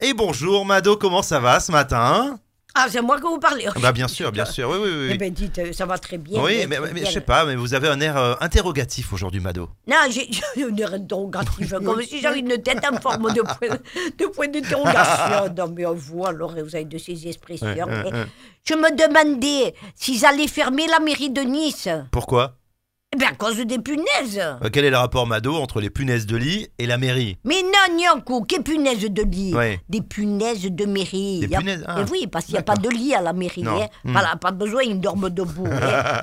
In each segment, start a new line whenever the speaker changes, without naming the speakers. Et bonjour Mado, comment ça va ce matin
Ah, c'est moi que vous parlez.
Bah bien sûr, bien sûr, oui, oui, oui.
Eh
oui.
ben dites, euh, ça va très bien.
Oui,
bien,
mais,
très
mais
bien.
je sais pas, mais vous avez un air euh, interrogatif aujourd'hui, Mado.
Non, j'ai j'ai une air interrogative, comme si j'avais une tête en forme de point de point d'interrogation. Non, mais vous, alors, vous avez de ces expressions.
Ouais, ouais,
mais
ouais.
Je me demandais s'ils allaient fermer la mairie de Nice.
Pourquoi
Eh bien, à cause des punaises.
Euh, Quel est le rapport, Mado, entre les punaises de lit et la mairie
Mais non, Nyanko, qu'est punaises de lit
Ouais.
Des punaises de mairie.
Des
Il y a-
punaises, ah.
Eh oui, parce qu'il n'y a pas de lit à la mairie.
Non. Hmm.
hein. Pas, pas besoin, ils dorment debout. hein.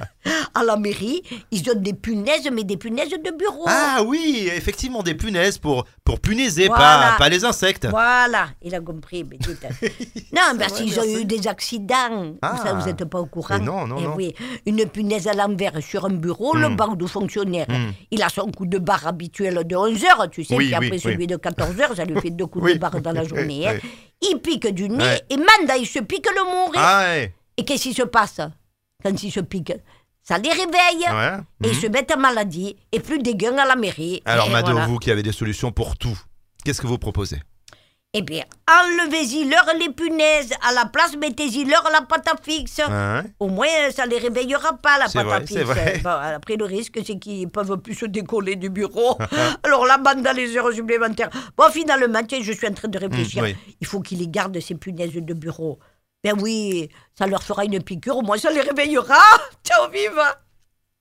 À la mairie, ils ont des punaises, mais des punaises de bureau.
Ah oui, effectivement, des punaises pour, pour punaiser,
Voilà.
pas, pas les insectes.
Voilà, il a compris. mais dites. non, parce qu'ils ont eu des accidents.
Ah.
Ça, vous n'êtes pas au courant.
Mais non, non, Hmm.
Eh
non.
oui, une punaise à l'envers sur un bureau, le banc du fonctionnaire. Il a son coup de barre habituel de 11 heures, tu sais,
Hmm. Oui,
puis après
oui,
celui
oui.
de 14 heures, ça lui fait deux coups
Oui.
de barre dans la journée. hein.
Oui.
Il pique du nez
Ouais.
et manda, il se pique le mourir.
Ah ouais,
Et qu'est-ce qui se passe quand il se pique Ça les réveille.
Ah ouais.
Et ils se mettent en maladie, et plus des gains à la mairie.
Mhm. Alors,
Et
Mado,
voilà.
vous qui avez des solutions pour tout, qu'est-ce que vous proposez
Eh bien, enlevez-y leur les punaises. À la place, mettez-y leur la pâte à fixe.
Hein
Au moins, ça les réveillera pas, la
C'est
pâte à
vrai,
fixe.
c'est vrai.
Bon, après, le risque, c'est qu'ils peuvent plus se décoller du bureau.
Ah,
Alors, la bande dans les heures supplémentaires. Bon, finalement, tiens, je suis en train de réfléchir.
Mm, oui.
Il faut qu'ils les gardent, ces punaises de bureau. Ben oui, ça leur fera une piqûre. Au moins, ça les réveillera. Ciao, vive